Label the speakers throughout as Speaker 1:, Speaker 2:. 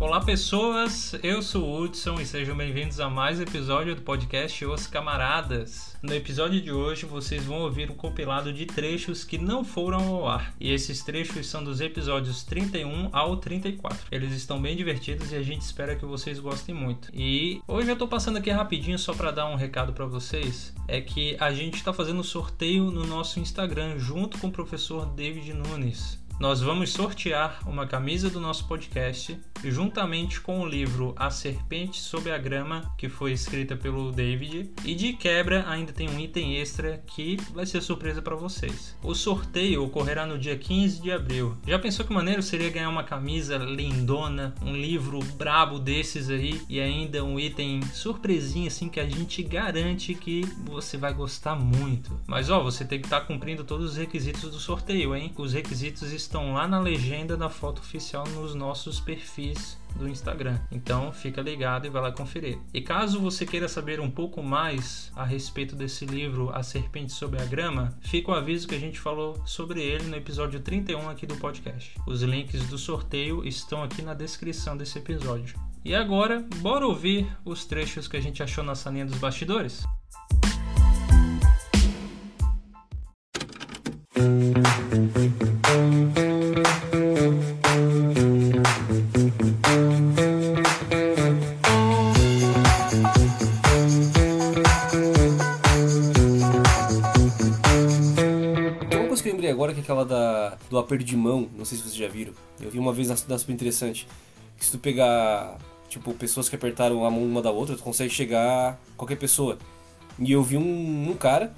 Speaker 1: Olá, pessoas. Eu sou o Hudson e sejam bem-vindos a mais um episódio do podcast Os Camaradas. No episódio de hoje, vocês vão ouvir um compilado de trechos que não foram ao ar. E esses trechos são dos episódios 31 ao 34. Eles estão bem divertidos e a gente espera que vocês gostem muito. E hoje eu tô passando aqui rapidinho só para dar um recado para vocês, é que a gente está fazendo sorteio no nosso Instagram junto com o professor David Nunes. Nós vamos sortear uma camisa do nosso podcast juntamente com o livro A Serpente Sob a Grama, que foi escrita pelo David, e de quebra ainda tem um item extra que vai ser surpresa para vocês. O sorteio ocorrerá no dia 15 de abril. Já pensou que maneiro seria ganhar uma camisa lindona, um livro brabo desses aí e ainda um item surpresinha assim que a gente garante que você vai gostar muito. Mas ó, você tem que estar tá cumprindo todos os requisitos do sorteio, hein? Os requisitos estão lá na legenda da foto oficial nos nossos perfis do Instagram. Então fica ligado e vai lá conferir. E caso você queira saber um pouco mais a respeito desse livro A Serpente sobre a Grama, fica o aviso que a gente falou sobre ele no episódio 31 aqui do podcast. Os links do sorteio estão aqui na descrição desse episódio. E agora, bora ouvir os trechos que a gente achou na salinha dos bastidores?
Speaker 2: Uma coisa que eu lembrei agora que é aquela da, do aperto de mão, não sei se vocês já viram. Eu vi uma vez na, na super interessante. Que se tu pegar, tipo, pessoas que apertaram a mão uma da outra, tu consegue chegar a qualquer pessoa. E eu vi um, um cara,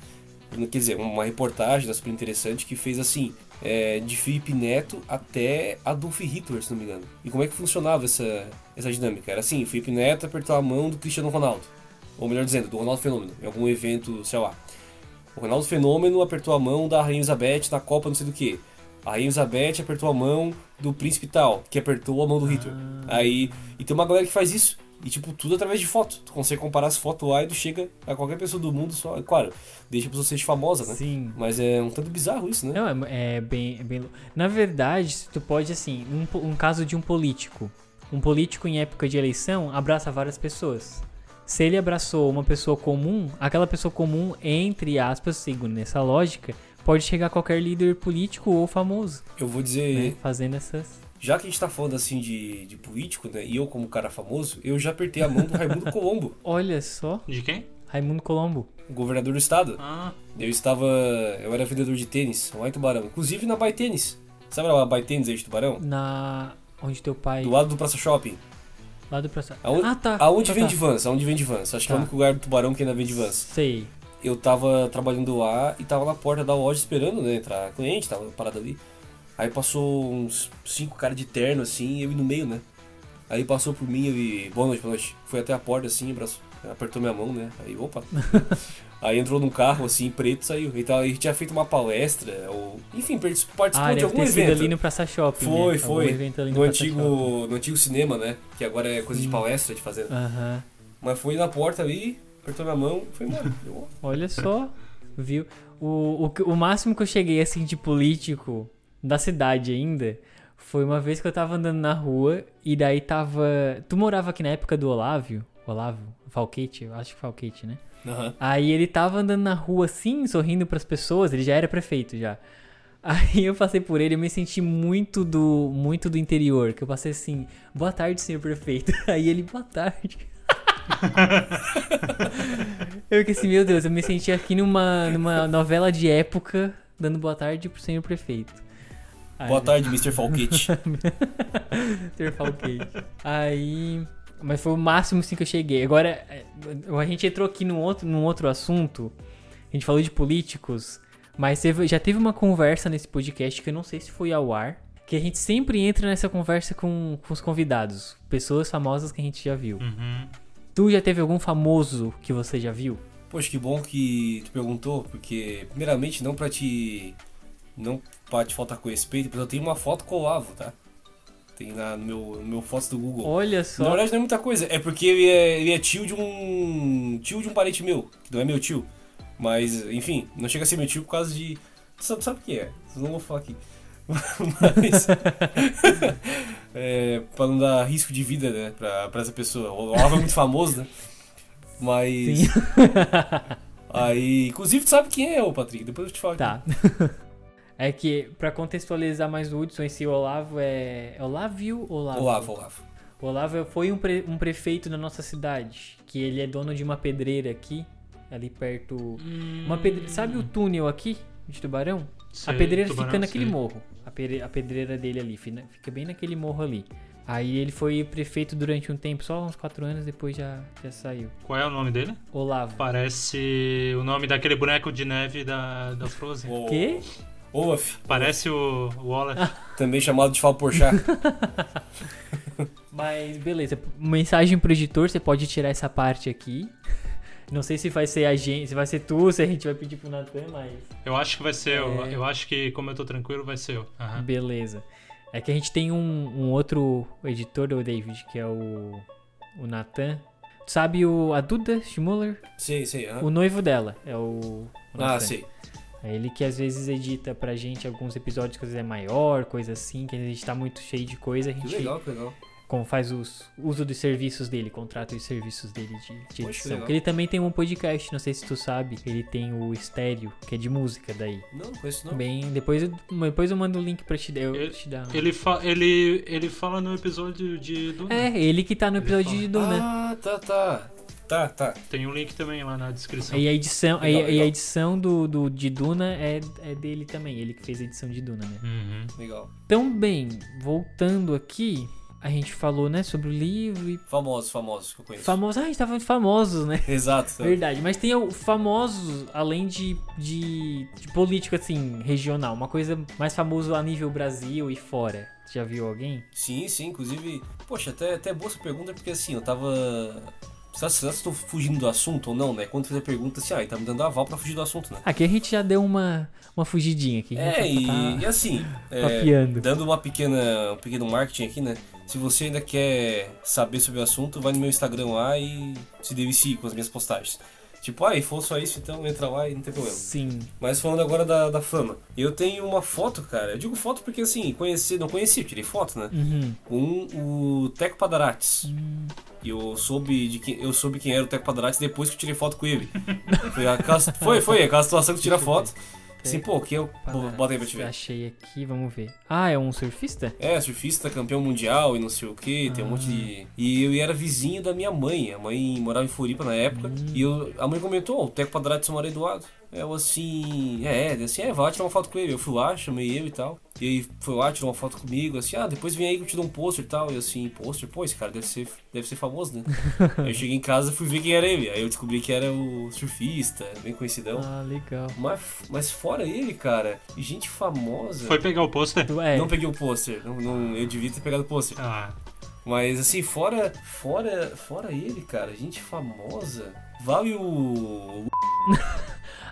Speaker 2: quer dizer, uma reportagem da super interessante que fez assim, é, de Felipe Neto até Adolf Hitler, se não me engano. E como é que funcionava essa, essa dinâmica? Era assim, Felipe Neto apertou a mão do Cristiano Ronaldo. Ou melhor dizendo, do Ronaldo Fenômeno, em algum evento, sei lá. O Ronaldo Fenômeno apertou a mão da Rainha Elizabeth na Copa não sei do que. A Rainha Elizabeth apertou a mão do príncipe tal, que apertou a mão do Hitler.
Speaker 3: Ah.
Speaker 2: Aí, e tem uma galera que faz isso. E tipo, tudo através de foto. Tu consegue comparar as fotos lá e tu chega a qualquer pessoa do mundo só. Claro, deixa a pessoa ser famosa, né?
Speaker 3: Sim.
Speaker 2: Mas é um tanto bizarro isso, né?
Speaker 3: Não, é, é bem, é bem. lou- Na verdade, tu pode, assim, um, po- um caso de um político. Um político em época de eleição abraça várias pessoas. Se ele abraçou uma pessoa comum, aquela pessoa comum, entre aspas, segundo nessa lógica, pode chegar a qualquer líder político ou famoso,
Speaker 2: Eu vou dizer,
Speaker 3: né? Fazendo essas.
Speaker 2: já que a gente tá falando assim de, de político, né? E eu, como cara famoso, eu já apertei a mão do Raimundo Colombo,
Speaker 3: Olha só,
Speaker 1: De quem?
Speaker 3: Raimundo Colombo.
Speaker 2: o governador do estado.
Speaker 1: Ah,
Speaker 2: Eu estava. Eu era vendedor de tênis lá em Tubarão. Inclusive na Bai Tênis. Sabe lá a Bai Tênis aí de Tubarão?
Speaker 3: Na. Onde teu pai.
Speaker 2: Do lado do Praça Shopping.
Speaker 3: Lá do processo.
Speaker 2: Aonde,
Speaker 3: ah, tá.
Speaker 2: aonde
Speaker 3: tá,
Speaker 2: vende
Speaker 3: tá.
Speaker 2: vans? Aonde vende vans? Acho que é o
Speaker 3: Tá.
Speaker 2: único lugar do Tubarão que ainda vende vans.
Speaker 3: Sei.
Speaker 2: eu tava trabalhando lá e tava na porta da loja esperando, né? Entrar cliente, tava parado ali. Aí passou uns cinco caras de terno, assim, eu no meio, né? Aí passou por mim, ele, boa noite, boa noite. Foi até a porta, assim, abraço, apertou minha mão, né? Aí, opa. Aí entrou num carro, assim, preto, saiu. Ele, tava, ele tinha feito uma palestra, ou, enfim, participou
Speaker 3: Ah,
Speaker 2: de
Speaker 3: deve
Speaker 2: algum
Speaker 3: ter sido
Speaker 2: evento.
Speaker 3: ali no Praça Shopping. né?
Speaker 2: Foi,
Speaker 3: Algum
Speaker 2: foi.
Speaker 3: evento ali
Speaker 2: no,
Speaker 3: no Praça Shopping.
Speaker 2: antigo, no antigo cinema, né? Que agora é
Speaker 3: Hum.
Speaker 2: coisa de palestra de fazer. né?
Speaker 3: Aham.
Speaker 2: Mas foi na porta ali, apertou minha mão, foi embora. Eu, "Ó,
Speaker 3: Olha só, viu? O, o, que- o máximo que eu cheguei, assim, de político da cidade ainda foi uma vez que eu tava andando na rua e daí tava. Tu morava aqui na época do Olávio? Olávio? Falquete? Eu Acho que Falquete, né?
Speaker 2: Aham.
Speaker 3: Aí ele tava andando na rua assim, sorrindo pras pessoas, ele já era prefeito já. Aí eu passei por ele, eu me senti muito do muito do interior, que eu passei assim: "Boa tarde, senhor prefeito". Aí ele: "Boa tarde". eu fiquei assim: "Meu Deus, eu me senti aqui numa numa novela de época, dando boa tarde pro senhor prefeito". Aí,
Speaker 2: Boa tarde, Mr. Falkit.
Speaker 3: ter Falcade. Aí. Mas foi o máximo assim que eu cheguei. Agora, é, a gente entrou aqui num outro, num outro assunto. A gente falou de políticos. Mas teve- já teve uma conversa nesse podcast que eu não sei se foi ao ar. Que a gente sempre entra nessa conversa com, com os convidados. Pessoas famosas que a gente já viu.
Speaker 1: uhum.
Speaker 3: Tu já teve algum famoso que você já viu?
Speaker 2: Poxa, que bom que tu perguntou, porque primeiramente não pra te não pra te faltar com respeito, porque eu tenho uma foto com o Olavo, tá? Tem na no meu no meu fotos do Google.
Speaker 3: Olha
Speaker 2: Na
Speaker 3: só.
Speaker 2: verdade não é muita coisa, é porque ele é, ele é tio de um tio de um parente meu, que não é meu tio, mas enfim, não chega a ser meu tio por causa de tu sabe, tu sabe o que é? Eu não vou falar aqui. Mas É, pra não dar risco de vida, né? Pra, pra essa pessoa. O Olavo é muito famoso, né? Mas.
Speaker 3: Sim.
Speaker 2: Aí. Inclusive, tu sabe quem é, ô Patrick? Depois eu te falo.
Speaker 3: Tá. É que, pra contextualizar mais o Hudson, esse Olavo é. Olávio? Olavo.
Speaker 2: Olavo, Olavo.
Speaker 3: O Olavo foi um, pre- um prefeito da nossa cidade, que ele é dono de uma pedreira aqui, ali perto. Uma pedre... Sabe o túnel aqui de Tubarão?
Speaker 1: Hum. Sei,
Speaker 3: a pedreira
Speaker 1: Tubarão,
Speaker 3: fica naquele
Speaker 1: sei.
Speaker 3: morro. A, pere- a pedreira dele ali, fi- né? fica bem naquele morro ali. Aí ele foi prefeito durante um tempo, só uns quatro anos, depois já, já saiu.
Speaker 1: Qual é o nome dele?
Speaker 3: Olavo.
Speaker 1: Parece o nome daquele boneco de neve da, da Frozen.
Speaker 2: O-
Speaker 3: Quê?
Speaker 2: Olaf,
Speaker 1: Parece o, o Olaf.
Speaker 3: Ah.
Speaker 2: também chamado de Falo Porchat.
Speaker 3: Mas beleza, mensagem pro editor, você pode tirar essa parte aqui. Não sei se vai ser a gente, se vai ser tu, se a gente vai pedir pro Natan, mas.
Speaker 1: Eu acho que vai ser eu.
Speaker 3: É.
Speaker 1: Eu acho que, como eu tô tranquilo, vai ser eu. Uhum. Aham.
Speaker 3: Beleza. É que a gente tem um, um outro editor, o David, que é o, o Nathan. Tu sabe o, a Duda Schmuller?
Speaker 2: sei, sei. aham.
Speaker 3: O noivo dela é o. o
Speaker 2: Ah,
Speaker 3: Nathan.
Speaker 2: sei.
Speaker 3: É ele que às vezes edita pra gente alguns episódios que às vezes é maior, coisa assim, que a gente tá muito cheio de coisa, a
Speaker 2: Que
Speaker 3: gente
Speaker 2: legal, que legal.
Speaker 3: como faz os, uso dos serviços dele, contrata os serviços dele de, de
Speaker 2: Poxa,
Speaker 3: edição.
Speaker 2: legal.
Speaker 3: ele também tem um podcast, não sei se tu sabe, ele tem o estéreo, que é de música daí.
Speaker 2: Não, não conheço não.
Speaker 3: Bem, depois eu, depois eu mando o link pra te, eu,
Speaker 1: Ele-
Speaker 3: te dar.
Speaker 1: Ele, fa ele, ele fala no episódio de do
Speaker 3: É, ele que tá no
Speaker 1: Ele
Speaker 3: episódio
Speaker 1: fala.
Speaker 3: de Duna.
Speaker 2: Ah, tá, tá. Tá, tá.
Speaker 1: Tem um link também lá na descrição.
Speaker 3: E a edição, aí-
Speaker 2: "Ah, Legal,
Speaker 3: aí a,
Speaker 2: legal.
Speaker 3: edição do, do- de Duna é, é dele também, ele que fez a edição de Duna, né?
Speaker 1: Uhum.
Speaker 2: Legal.
Speaker 3: Então, bem, voltando aqui, a gente falou, né, sobre o livro e
Speaker 2: Famosos, famosos que eu conheço.
Speaker 3: famosos. Ah, a gente tava falando de famosos, né?
Speaker 2: Exato. tá.
Speaker 3: Verdade, mas tem o famoso, além de, de, de político, assim, regional, uma coisa mais famoso a nível Brasil e fora. Já viu alguém?
Speaker 2: Sim, sim, inclusive, poxa, até, até é boa essa pergunta, porque assim, eu tava. Será será que estou fugindo do assunto ou não, né? Quando fez a pergunta, assim, ah, ele tá me dando aval pra fugir do assunto, né?
Speaker 3: Aqui a gente já deu uma, uma fugidinha aqui. a
Speaker 2: É,
Speaker 3: gente
Speaker 2: e,
Speaker 3: já tá-
Speaker 2: e assim, é,
Speaker 3: Papeando.
Speaker 2: dando uma pequena, um pequeno marketing aqui, né? Se você ainda quer saber sobre o assunto, vai no meu Instagram lá e se delicie com as minhas postagens. Tipo, ah, e for só isso, então entra lá e não tem problema.
Speaker 3: Sim.
Speaker 2: Mas falando agora da, da fama, eu tenho uma foto, cara. Eu digo foto porque assim, conheci, não conheci, eu tirei foto, né?
Speaker 3: Uhum.
Speaker 2: com o Teco Padarates. E eu soube, de quem, eu soube quem era o Teco Padarates depois que eu tirei foto com ele. foi, aquela, foi, foi aquela situação que eu tirei a foto. Assim, pô, quem eu. Bota aí pra te ver.
Speaker 3: né? Achei aqui, vamos ver. Ah, é um surfista?
Speaker 2: É, surfista, campeão mundial e não sei o que, tem um monte de. E eu era vizinho da minha mãe. A mãe morava em Floripa na época. E eu, a mãe comentou: "Ó, o Teco Padarates mora aí do lado. Eu assim, é, é, daí assim, é, vai lá tirar uma foto com ele. Eu fui lá, chamei ele e tal. E aí foi lá, tirou uma foto comigo, assim, ah, depois vem aí que eu te dou um pôster e tal. E eu assim, pôster, pô, esse cara deve ser, deve ser famoso, né? aí eu cheguei em casa fui ver quem era ele. Aí eu descobri que era o surfista, bem conhecidão.
Speaker 3: Ah, legal.
Speaker 2: Mas, mas fora ele, cara, gente famosa.
Speaker 1: Foi pegar o pôster?
Speaker 3: Tu- É,
Speaker 2: Não peguei o pôster, não, não- eu devia ter pegado o pôster.
Speaker 1: Ah,
Speaker 2: Mas assim, fora, fora, fora ele, cara, gente famosa. Vale o.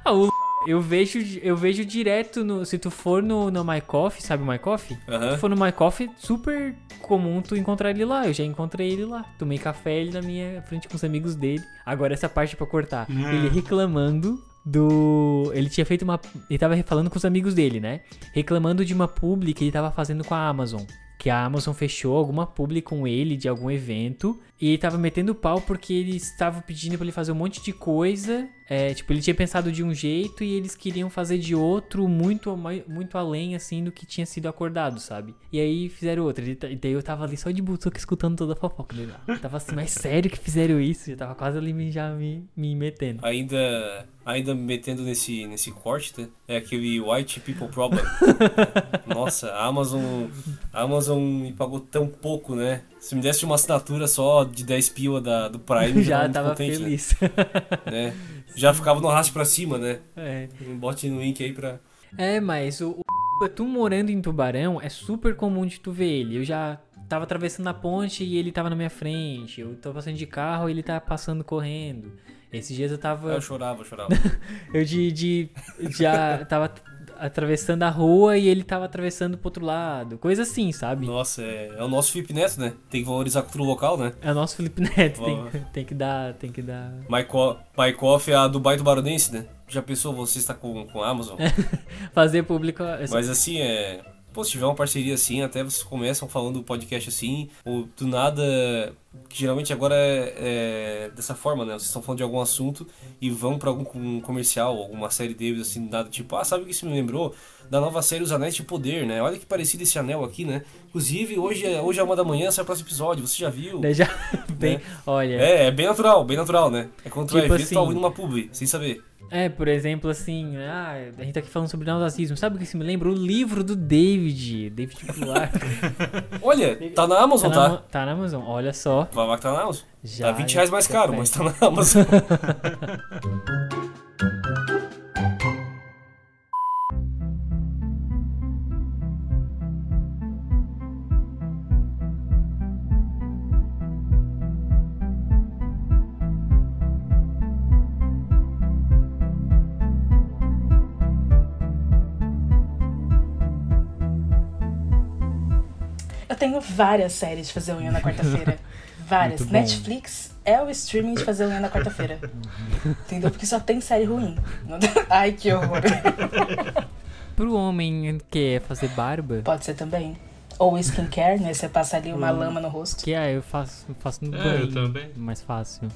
Speaker 3: Ah, o... eu, vejo, eu vejo direto no. Se tu for no, no My Coffee, sabe o My Coffee? Se tu
Speaker 2: Aham.
Speaker 3: for no My Coffee, super comum tu encontrar ele lá. Eu já encontrei ele lá. Tomei café ele na minha frente com os amigos dele. Agora essa parte pra cortar.
Speaker 1: Hum.
Speaker 3: Ele reclamando do. Ele tinha feito uma. Ele tava falando com os amigos dele, né? Reclamando de uma publi que ele tava fazendo com a Amazon. Que a Amazon fechou alguma publi com ele de algum evento. E ele tava metendo pau porque eles estavam pedindo pra ele fazer um monte de coisa. É, tipo, ele tinha pensado de um jeito e eles queriam fazer de outro muito, a mai- muito além, assim, do que tinha sido acordado, sabe? E aí fizeram outro. Ele tá- E daí eu tava ali só de butuca escutando toda a fofoca. dele lá. Eu tava assim, mas sério que fizeram isso? Eu tava quase ali me- já me, me metendo.
Speaker 2: Ainda, ainda me metendo nesse, nesse corte, né? É aquele White People Problem. Nossa, a Amazon, a Amazon me pagou tão pouco, né? Se me desse uma assinatura só de 10 pila da, do Prime, eu
Speaker 3: já
Speaker 2: muito
Speaker 3: tava
Speaker 2: contente, né?
Speaker 3: feliz.
Speaker 2: Né? Já ficava no arrasto pra cima, né?
Speaker 3: é.
Speaker 2: Bote no link aí pra.
Speaker 3: É, mas o, o tu morando em Tubarão é super comum de tu ver ele. Eu já tava atravessando a ponte e ele tava na minha frente. Eu tô passando de carro e ele tá passando correndo. Esses dias eu tava.
Speaker 2: Eu chorava, eu chorava.
Speaker 3: Eu de, de- já tava at- atravessando a rua e ele tava atravessando pro outro lado. Coisa assim, sabe?
Speaker 2: Nossa, é, é o nosso Felipe Neto, né? Tem que valorizar a cultura local, né?
Speaker 3: É o nosso Felipe Neto,
Speaker 2: Vamos.
Speaker 3: tem, tem que dar, tem que dar.
Speaker 2: Maiko- Maikoff é a Dubai do Baronense, né? Já pensou você está com, com a Amazon?
Speaker 3: Fazer público. essa-
Speaker 2: Mas assim, é. Pô, se tiver uma parceria assim, até vocês começam falando o podcast assim, ou do nada, que geralmente agora é, é dessa forma, né? Vocês estão falando de algum assunto e vão pra algum com- comercial, alguma série deles, assim, do nada, tipo, ah, sabe o que isso me lembrou? Da nova série Os Anéis de Poder, né? Olha que parecido esse anel aqui, né? Inclusive, hoje, é- hoje é uma da manhã, sai o próximo episódio, você já viu?
Speaker 3: Daí né, já bem, olha,
Speaker 2: É, é bem natural, bem natural, né? É quando tu vai
Speaker 3: Tipo
Speaker 2: ver, tu tá
Speaker 3: assim.
Speaker 2: ouvindo uma publi, sem saber.
Speaker 3: é, por exemplo, assim, ah, a gente tá aqui falando sobre nazismo. Sabe o que isso me lembra? O livro do David, David Goulart.
Speaker 2: Olha, tá na Amazon,
Speaker 3: tá, na,
Speaker 2: tá?
Speaker 3: Ama- tá na Amazon, olha só.
Speaker 2: Vai lá que tá na Amazon.
Speaker 3: Já,
Speaker 2: Tá 20 reais mais
Speaker 3: já
Speaker 2: caro,
Speaker 3: pega.
Speaker 2: mas tá na Amazon.
Speaker 4: Eu tenho várias séries de fazer unha na quarta-feira. Várias.
Speaker 3: Muito bom.
Speaker 4: Netflix é o streaming de fazer unha na quarta-feira. Entendeu? Porque só tem série ruim. Não tem- Ai, que horror.
Speaker 3: Pro homem que é fazer barba,
Speaker 4: Pode ser também. Ou skincare, né? Você passa ali
Speaker 2: Hum.
Speaker 4: uma lama no rosto.
Speaker 3: que ah, eu faço, eu faço no
Speaker 1: É,
Speaker 3: banho.
Speaker 1: eu também.
Speaker 3: Mais fácil.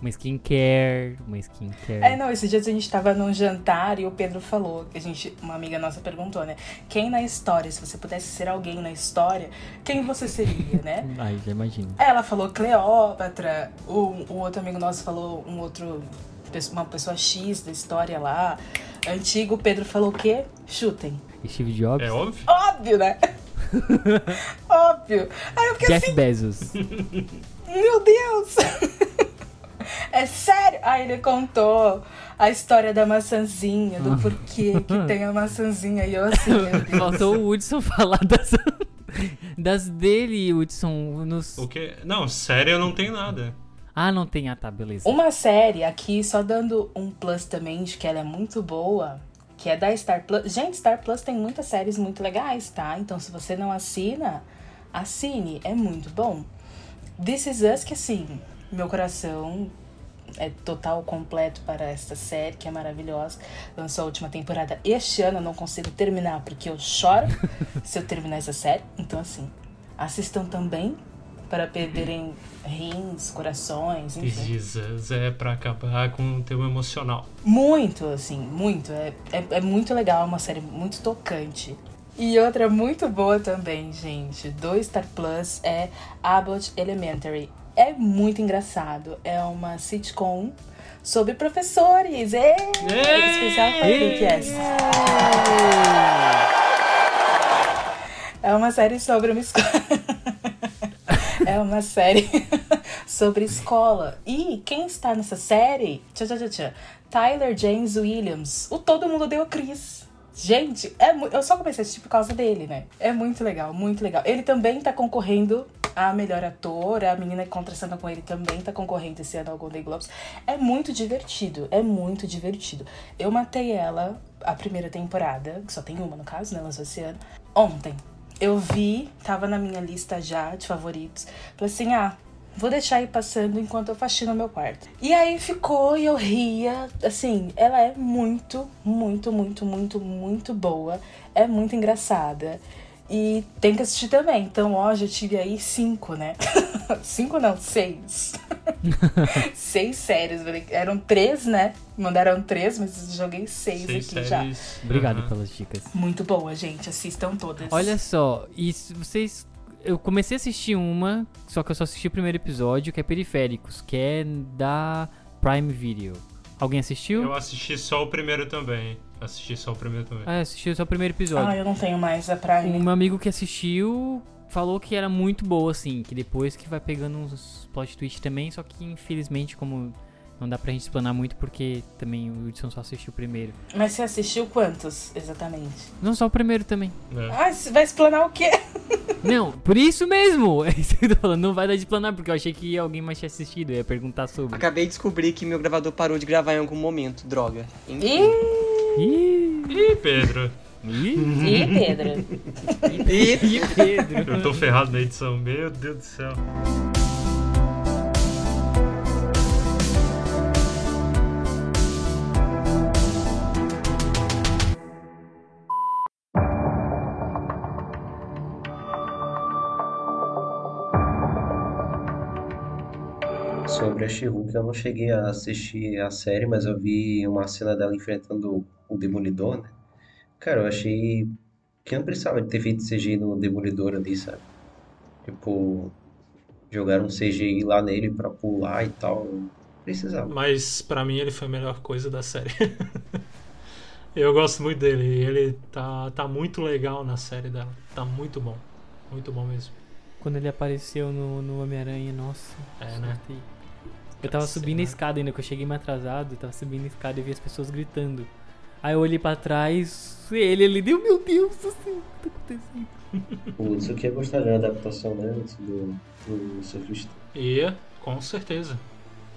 Speaker 3: Uma skincare, uma skincare.
Speaker 4: É, não, esses dias a gente tava num jantar e o Pedro falou, a gente, uma amiga nossa perguntou, né? Quem na história, se você pudesse ser alguém na história, quem você seria, né?
Speaker 3: Ai, já imagino.
Speaker 4: Ela falou Cleópatra, o, o outro amigo nosso falou um outro, uma pessoa X da história lá. Antigo, o Pedro falou o quê? Chutem.
Speaker 3: Steve Jobs,
Speaker 1: É óbvio?
Speaker 4: Óbvio, né? Óbvio. Aí eu fiquei
Speaker 3: Jeff Bezos.
Speaker 4: assim, meu Deus! é sério? Aí ele contou a história da maçãzinha, do porquê que tem a maçãzinha. E eu assim, meu Deus.
Speaker 3: Faltou o Hudson falar das, das dele, Hudson. Nos...
Speaker 1: O que? Não, sério eu não tenho nada.
Speaker 3: Ah, não tem. Ah, tá, beleza.
Speaker 1: Uhum.
Speaker 4: Uma série aqui, só dando um plus também, de que ela é muito boa, que é da Star Plus. Gente, Star Plus tem muitas séries muito legais, tá? Então, se você não assina, assine, é muito bom. This Is Us, que assim, meu coração é total completo para esta série, que é maravilhosa. Lançou a última temporada este ano, eu não consigo terminar, porque eu choro se eu terminar essa série. Então, assim, assistam também para perderem rins, corações, enfim.
Speaker 1: Jesus, é pra acabar com o teu emocional.
Speaker 4: Muito, assim, muito. É, é, é muito legal, é uma série muito tocante. E outra muito boa também, gente, do Star Plus é Abbott Elementary. É muito engraçado. É uma sitcom sobre professores. Ê! Especial para Geekcast. É uma série sobre uma escola. é uma série sobre escola. E quem está nessa série? Tchá, tchá, tchá, tchá. Tyler James Williams. O Todo Mundo Deu a Cris. Gente, é mu- eu só comecei a assistir por causa dele, né? É muito legal, muito legal. Ele também tá concorrendo a melhor ator. A menina que contracena com ele também tá concorrendo esse ano ao Golden Globes. É muito divertido, é muito divertido. Eu matei ela, a primeira temporada, que só tem uma no caso, né? Lançou esse ano. Ontem. Eu vi, tava na minha lista já de favoritos. Falei assim, ah, vou deixar ir passando enquanto eu faxino meu quarto. E aí ficou e eu ria. Assim, ela é muito, muito, muito, muito, muito boa. É muito engraçada. E tem que assistir também. Então, ó, já tive aí cinco, né? cinco não, seis. seis séries. Eram três, né? Mandaram três, mas eu joguei seis,
Speaker 1: Seis
Speaker 4: É aqui
Speaker 1: séries.
Speaker 4: já.
Speaker 3: Obrigado então.
Speaker 1: Aham.
Speaker 3: pelas dicas.
Speaker 4: Muito boa, gente. Assistam todas.
Speaker 3: Olha só, e se vocês. Eu comecei a assistir uma, só que eu só assisti o primeiro episódio, que é Periféricos, que é da Prime Video. Alguém assistiu?
Speaker 1: Eu assisti só o primeiro também. Assisti só o primeiro também.
Speaker 3: Ah, assistiu só o primeiro episódio.
Speaker 4: Ah, eu não tenho mais a Prime.
Speaker 3: O meu amigo que assistiu falou que era muito boa, assim, que depois que vai pegando uns plot twist também, só que infelizmente, como não dá pra gente explanar muito, porque também o Hudson só assistiu o primeiro.
Speaker 4: Mas você assistiu quantos, exatamente?
Speaker 3: Não só o primeiro também.
Speaker 1: É.
Speaker 4: Ah, você vai explanar o quê?
Speaker 3: Não, por isso mesmo! É isso que eu tô falando, não vai dar de planar, porque eu achei que alguém mais tinha assistido, eu ia perguntar sobre.
Speaker 5: Acabei de descobrir que meu gravador parou de gravar em algum momento. Droga. Enfim.
Speaker 4: Ih,
Speaker 3: Ih,
Speaker 1: Ih, Pedro,
Speaker 3: ih,
Speaker 4: ih, Pedro.
Speaker 5: E...
Speaker 3: Pedro.
Speaker 1: eu tô ferrado na edição. Meu Deus do céu.
Speaker 6: Sobre a She-Hulk, eu não cheguei a assistir a série, mas eu vi uma cena dela enfrentando o Demolidor, né? Cara, eu achei que não precisava de ter feito CGI no Demolidor ali, sabe? Tipo, jogaram um CGI lá nele pra pular e tal. Não precisava.
Speaker 7: Mas pra mim ele foi a melhor coisa da série. Eu gosto muito dele. Ele tá, tá muito legal na série dela. Tá muito bom. Muito bom mesmo.
Speaker 3: Quando ele apareceu no, no Homem-Aranha, nossa.
Speaker 7: É, né?
Speaker 3: surtei. Eu tava
Speaker 7: Essa
Speaker 3: subindo a
Speaker 7: cena.
Speaker 3: escada ainda, que eu cheguei mais atrasado, eu tava subindo a escada e vi as pessoas gritando. Aí eu olhei pra trás, ele ali, deu, meu Deus do céu, o que tá acontecendo?
Speaker 6: Putz, eu queria é gostar de uma adaptação, né? Do, do surfista.
Speaker 7: E, com certeza.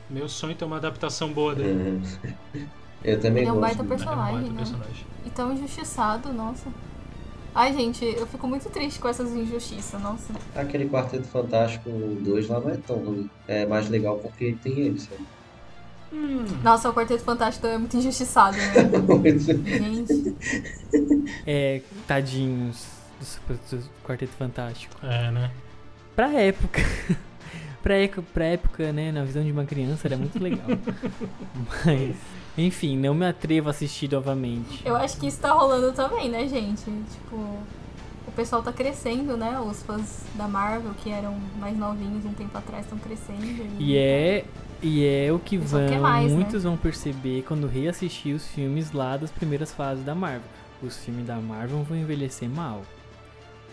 Speaker 7: Meu sonho é ter uma adaptação boa dele.
Speaker 6: É. Eu também
Speaker 8: Ele é um
Speaker 6: gosto.
Speaker 8: baita
Speaker 6: né?
Speaker 7: É um baita
Speaker 8: personagem, né?
Speaker 7: personagem.
Speaker 8: E tão injustiçado, nossa. Ai, gente, eu fico muito triste com essas injustiças, nossa.
Speaker 6: Aquele Quarteto Fantástico 2 lá não é tão ruim. É mais legal porque tem ele, sabe?
Speaker 8: Nossa, o Quarteto Fantástico é muito injustiçado, né? gente,
Speaker 3: É, tadinhos do, Super- do Quarteto Fantástico.
Speaker 7: É, né?
Speaker 3: Pra época, pra, eco- pra época, né, na visão de uma criança, era muito legal. Mas, enfim, não me atrevo a assistir novamente.
Speaker 8: eu acho que isso tá rolando também, né, gente? Tipo, o pessoal tá crescendo, né? Os fãs da Marvel, que eram mais novinhos um tempo atrás, estão crescendo.
Speaker 3: E é, e é o que
Speaker 8: Eles vão ter
Speaker 3: vão,
Speaker 8: mais, né?
Speaker 3: muitos vão perceber quando reassistir os filmes lá das primeiras fases da Marvel. Os filmes da Marvel vão envelhecer mal.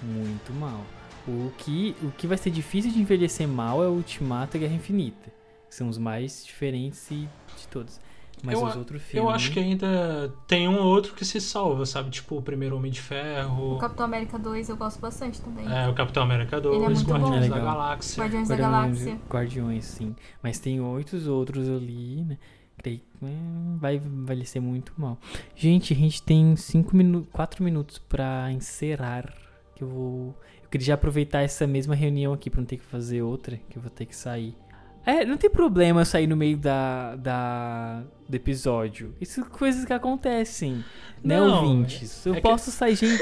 Speaker 3: Muito mal. O que, o que vai ser difícil de envelhecer mal é o Ultimato e Guerra Infinita. Que são os mais diferentes e- de todos. Mas
Speaker 7: Eu
Speaker 3: os
Speaker 7: a-
Speaker 3: outros filmes.
Speaker 7: Eu acho que ainda tem um ou outro que se salva, sabe? Tipo, o primeiro Homem de
Speaker 8: O
Speaker 7: Ferro,
Speaker 8: Capitão América 2 eu gosto bastante também.
Speaker 7: é, o Capitão América 2,
Speaker 8: muito bom.
Speaker 7: Guardiões
Speaker 3: É
Speaker 7: da
Speaker 3: legal.
Speaker 7: Galáxia.
Speaker 8: Guardiões da
Speaker 3: Guardiões-
Speaker 8: Galáxia.
Speaker 3: Guardiões, sim. Mas tem muitos outros ali, né? Que daí, hum, vai envelhecer muito mal. Gente, a gente tem 5 minutos, 4 minutos pra encerrar. Que eu vou. Eu queria já aproveitar essa mesma reunião aqui pra não ter que fazer outra, que eu vou ter que sair. É, não tem problema eu sair no meio da, da- do episódio. Isso são coisas que acontecem, né,
Speaker 7: Não,
Speaker 3: ouvintes? Eu
Speaker 7: é que-
Speaker 3: posso sair, gente.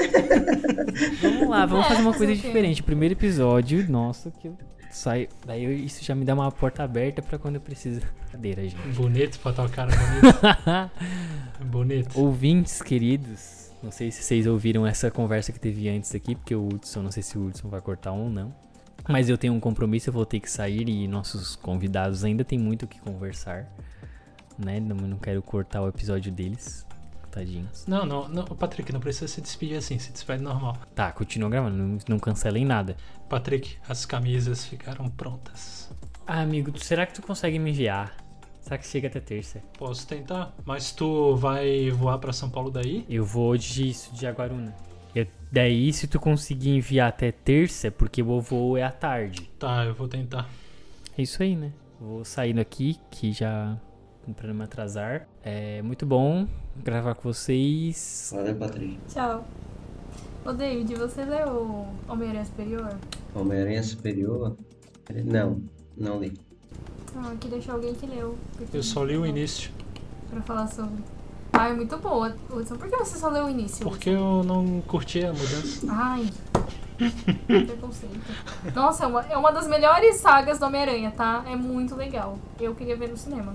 Speaker 3: vamos lá, vamos
Speaker 8: É,
Speaker 3: fazer uma
Speaker 8: fazer
Speaker 3: coisa
Speaker 8: o quê?
Speaker 3: diferente. Primeiro episódio, nossa, que eu saio. Daí eu- isso já me dá uma porta aberta pra quando eu preciso. Cadeira, gente.
Speaker 7: Bonito pra tua cara, bonito. bonito.
Speaker 3: Ouvintes queridos, não sei se vocês ouviram essa conversa que teve antes aqui, porque o Hudson, não sei se o Hudson vai cortar um ou não. Mas eu tenho um compromisso, eu vou ter que sair e nossos convidados ainda tem muito o que conversar, né? Não, não quero cortar o episódio deles, tadinhos.
Speaker 7: Não, não, não, Patrick, não precisa se despedir assim, se despede normal.
Speaker 3: Tá, continua gravando, não, não cancelem nada.
Speaker 7: Patrick, as camisas ficaram prontas.
Speaker 3: Ah, amigo, tu- será que tu consegue me enviar? Será que chega até terça?
Speaker 7: Posso tentar, mas tu vai voar pra São Paulo daí?
Speaker 3: Eu vou hoje isso de Jaguaruna. Eu- daí, se tu conseguir enviar até terça, porque o voo é à tarde.
Speaker 7: Tá, eu vou tentar.
Speaker 3: É isso aí, né? Vou saindo aqui, que já pra não me atrasar. É muito bom gravar com vocês.
Speaker 6: Olha, é Patrick.
Speaker 8: Tchau. Ô, David, você leu Homem-Aranha Superior?
Speaker 6: Homem-Aranha é Superior? Não, não li.
Speaker 8: Ah, eu queria achar alguém que leu. porque-
Speaker 7: Eu só li o início,
Speaker 8: Pra falar sobre. Ah, é muito boa. Hudson, por que você só leu o início?
Speaker 7: porque eu não curti a mudança.
Speaker 8: Ai. Preconceito. Nossa, é uma, é uma das melhores sagas do Homem-Aranha, tá? É muito legal. Eu queria ver no cinema.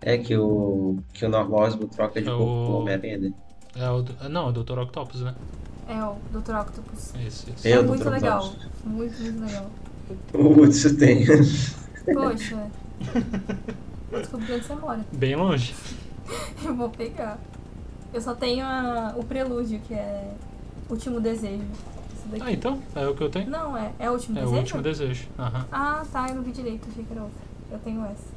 Speaker 6: É que o, que o Normósimo troca de
Speaker 7: É
Speaker 6: corpo
Speaker 7: o-
Speaker 6: com o Homem-Aranha, né?
Speaker 7: É o, do- não, é o Dr. Octopus, né?
Speaker 8: É o Dr. Octopus.
Speaker 7: Isso, isso.
Speaker 6: Eu,
Speaker 8: é muito
Speaker 6: Dr.
Speaker 8: legal.
Speaker 6: Octopus.
Speaker 8: Muito, muito legal.
Speaker 6: O Hudson tem.
Speaker 8: Poxa. Vou descobrir onde você mora.
Speaker 7: Bem longe.
Speaker 8: Eu vou pegar. Eu só tenho a- o prelúdio, que é Último Desejo. Isso daqui.
Speaker 7: Ah, então, é o que eu tenho?
Speaker 8: Não, é, é o Último
Speaker 7: É o
Speaker 8: Desejo?
Speaker 7: último desejo. Aham.
Speaker 8: Ah, tá, eu não vi direito, achei que era outra. Eu tenho essa.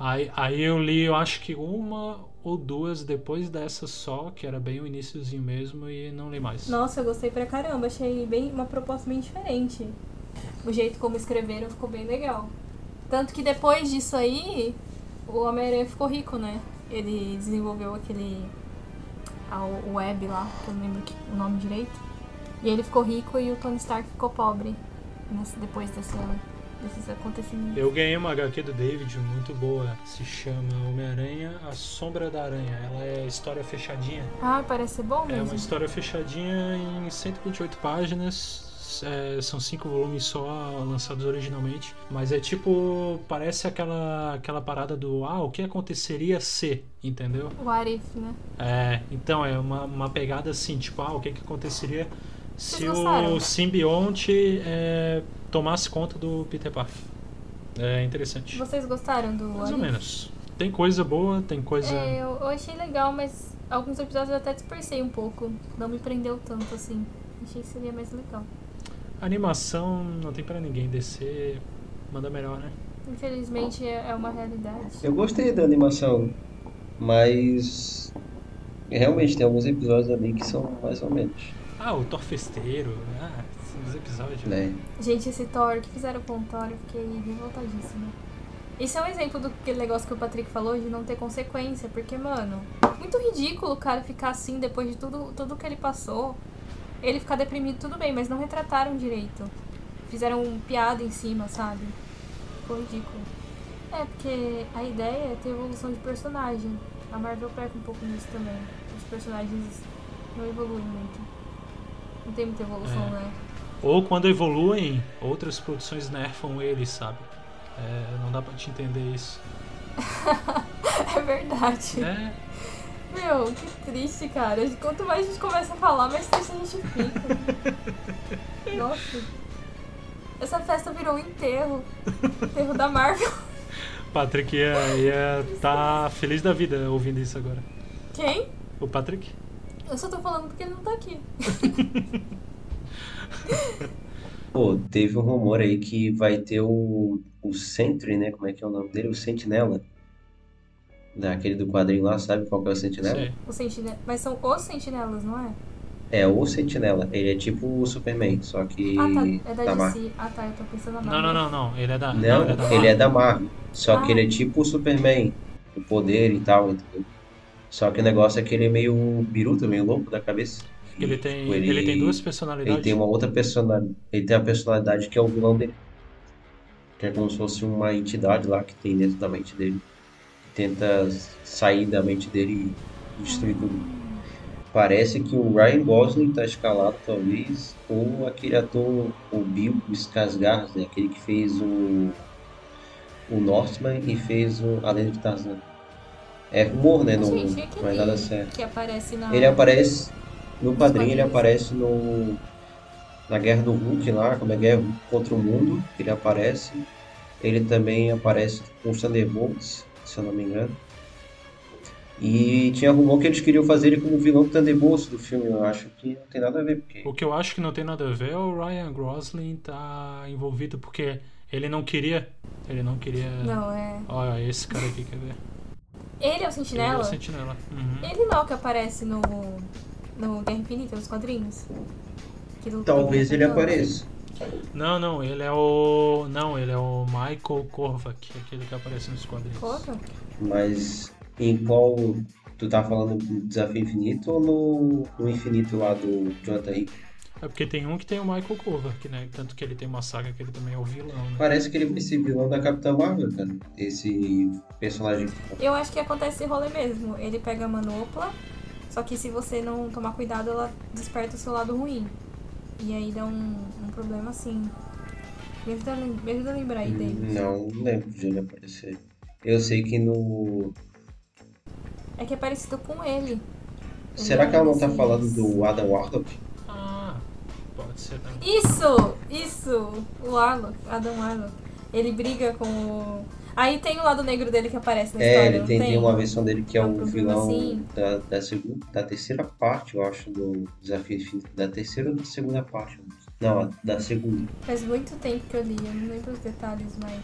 Speaker 7: Aí, aí eu li, eu acho que uma ou duas depois dessa só, que era bem o iníciozinho mesmo, e não li mais.
Speaker 8: Nossa, eu gostei pra caramba, achei bem uma proposta bem diferente. O jeito como escreveram ficou bem legal. Tanto que depois disso aí, o Homem-Aranha ficou rico, né? Ele desenvolveu aquele. a web lá, que eu não lembro que- o nome direito. E ele ficou rico e o Tony Stark ficou pobre. nesse- depois dessa, desses acontecimentos.
Speaker 7: Eu ganhei uma HQ do David muito boa, se chama Homem-Aranha, a Sombra da Aranha. Ela é história fechadinha.
Speaker 8: Ah, parece ser bom
Speaker 7: É
Speaker 8: mesmo.
Speaker 7: uma história fechadinha em 128 páginas, é, são cinco volumes só lançados originalmente, mas é tipo, parece aquela, aquela parada do, ah, o que aconteceria se, entendeu?
Speaker 8: O Arif, né?
Speaker 7: É, então é uma, uma pegada assim, tipo, ah, o que, que aconteceria se
Speaker 8: Vocês gostaram? né?"
Speaker 7: o simbionte é, tomasse conta do Peter Parker. É interessante.
Speaker 8: Vocês gostaram do
Speaker 7: Mais ou
Speaker 8: Arif?
Speaker 7: menos. Tem coisa boa, tem coisa.
Speaker 8: É, eu, eu achei legal, mas alguns episódios eu até dispersei um pouco. Não me prendeu tanto assim. Achei que seria mais legal.
Speaker 7: Animação não tem pra ninguém descer. Manda melhor, né?
Speaker 8: Infelizmente é, é uma realidade.
Speaker 6: Eu gostei da animação, mas realmente tem alguns episódios ali que são mais ou menos,
Speaker 7: Ah, o Thor Festeiro. Ah, esses episódios.
Speaker 6: né?
Speaker 8: Gente, esse Thor que fizeram com o Thor, eu fiquei revoltadíssima. Isso é um exemplo do aquele negócio que o Patrick falou de não ter consequência, porque, mano, muito ridículo o cara ficar assim depois de tudo, tudo que ele passou. Ele ficar deprimido, tudo bem, mas não retrataram direito. Fizeram um piada em cima, sabe? Ficou ridículo. É, porque a ideia é ter evolução de personagem. A Marvel peca um pouco nisso também. Os personagens não evoluem muito. Não tem muita evolução,
Speaker 7: É.
Speaker 8: né?
Speaker 7: Ou quando evoluem, outras produções nerfam eles, sabe? É, não dá pra te entender isso.
Speaker 8: É verdade.
Speaker 7: É,
Speaker 8: Meu, que triste, cara. Quanto mais a gente começa a falar, mais triste a gente fica. Nossa. Essa festa virou um enterro. Enterro da Marvel.
Speaker 7: Patrick ia, ia tá feliz da vida ouvindo isso agora.
Speaker 8: Quem?
Speaker 7: O Patrick?
Speaker 8: Eu só tô falando porque ele não tá aqui.
Speaker 6: Pô, teve um rumor aí que vai ter o, o Sentry, né? Como é que é o nome dele? O Sentinela. Daquele do quadrinho lá, sabe qual que é o Sentinela?
Speaker 7: Sei.
Speaker 8: O sentinela. Mas são os sentinelas, não é?
Speaker 6: É, o Sentinela. Ele é tipo o Superman, só que
Speaker 8: Ah, tá. É da
Speaker 6: da Marvel.
Speaker 8: DC. Ah, tá. Eu tô pensando na
Speaker 7: Não,
Speaker 8: Marvel.
Speaker 7: não, não, não. Ele é da.
Speaker 6: Não,
Speaker 7: ele é da
Speaker 6: ele
Speaker 7: Marvel.
Speaker 6: é da Marvel. Só que
Speaker 8: Ah.
Speaker 6: ele é tipo o Superman. O poder e tal, entendeu? Só que o negócio é que ele é meio biruta, meio louco da cabeça.
Speaker 7: Ele
Speaker 6: E,
Speaker 7: tem,
Speaker 6: tipo,
Speaker 7: ele... tem duas
Speaker 6: Ele
Speaker 7: personalidades.
Speaker 6: tem uma outra personalidade. Ele tem a personalidade que é o vilão dele. Que é como se fosse uma entidade lá que tem dentro da mente dele. Que tenta sair da mente dele e destruir tudo. Parece que o Ryan Gosling tá escalado, talvez, ou aquele ator, o Bill Skarsgård, né? aquele que fez o, o Northman e fez o Além de Tarzan. É rumor, né? Não,
Speaker 8: Gente, e aquele
Speaker 6: não é nada certo.
Speaker 8: que aparece na.
Speaker 6: Ele é aparece no quadrinho,
Speaker 8: quadrinhos.
Speaker 6: ele aparece no na Guerra do Hulk lá, como é a Guerra contra o Mundo, ele aparece. Ele também aparece com os Thunderbolts, se eu não me engano. E tinha rumor que eles queriam fazer ele como vilão do Thunderbolts do filme, eu acho que não tem nada a ver, porque
Speaker 7: O que eu acho que não tem nada a ver é o Ryan Gosling tá envolvido porque ele não queria. Ele não queria.
Speaker 8: Não, é.
Speaker 7: Olha, esse cara aqui quer ver.
Speaker 8: Ele é o
Speaker 7: Ele é
Speaker 8: sentinela?
Speaker 7: o Sentinela. Uhum.
Speaker 8: Ele não é o que aparece no. No Guerra Infinita, nos quadrinhos? Que luta
Speaker 6: talvez
Speaker 8: com o
Speaker 6: ele
Speaker 8: Thanos.
Speaker 6: apareça.
Speaker 7: Não, não, ele é o. Não, ele é o Michael Korvac, aquele que aparece nos quadrinhos.
Speaker 8: Porra.
Speaker 6: Mas em qual tu tá falando do Desafio Infinito ou no, no Infinito lá do Jonathan Hickman?
Speaker 7: É porque tem um que tem o Michael Korvac, né? Tanto que ele tem uma saga que ele também é o vilão, né?
Speaker 6: Parece que ele vai ser vilão da Capitã Marvel, cara. Esse personagem.
Speaker 8: Eu acho que acontece esse rolê mesmo. Ele pega a manopla, só que se você não tomar cuidado, ela desperta o seu lado ruim. E aí dá um, um problema assim. Me ajuda, a lem- me ajuda a lembrar aí dele.
Speaker 6: Não lembro de ele aparecer. Eu sei que no.
Speaker 8: É que é parecido com ele.
Speaker 6: Será que ela não tá
Speaker 8: Sim.
Speaker 6: falando do Adam Warlock?
Speaker 7: Ah, pode ser também.
Speaker 8: Isso! Isso! O Arlo, Adam Arlo. Ele briga com o. Aí tem o lado negro dele que aparece na
Speaker 6: É,
Speaker 8: história,
Speaker 6: ele
Speaker 8: não
Speaker 6: tem,
Speaker 8: tem?
Speaker 6: tem uma versão dele que é
Speaker 8: É um
Speaker 6: o
Speaker 8: problema,
Speaker 6: vilão
Speaker 8: sim.
Speaker 6: da, da, segunda, da terceira parte, eu acho, do Desafio Infinito. Da terceira ou da segunda parte? Não, da segunda.
Speaker 8: Faz muito tempo que eu li, eu não lembro os detalhes mais.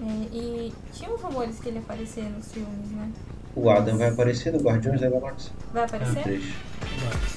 Speaker 8: É, e tinha uns rumores que ele aparecia nos filmes, né?
Speaker 6: O Adam vai aparecer no Guardiões da Galáxia.
Speaker 8: É? Vai aparecer?
Speaker 6: Três.
Speaker 7: Vai.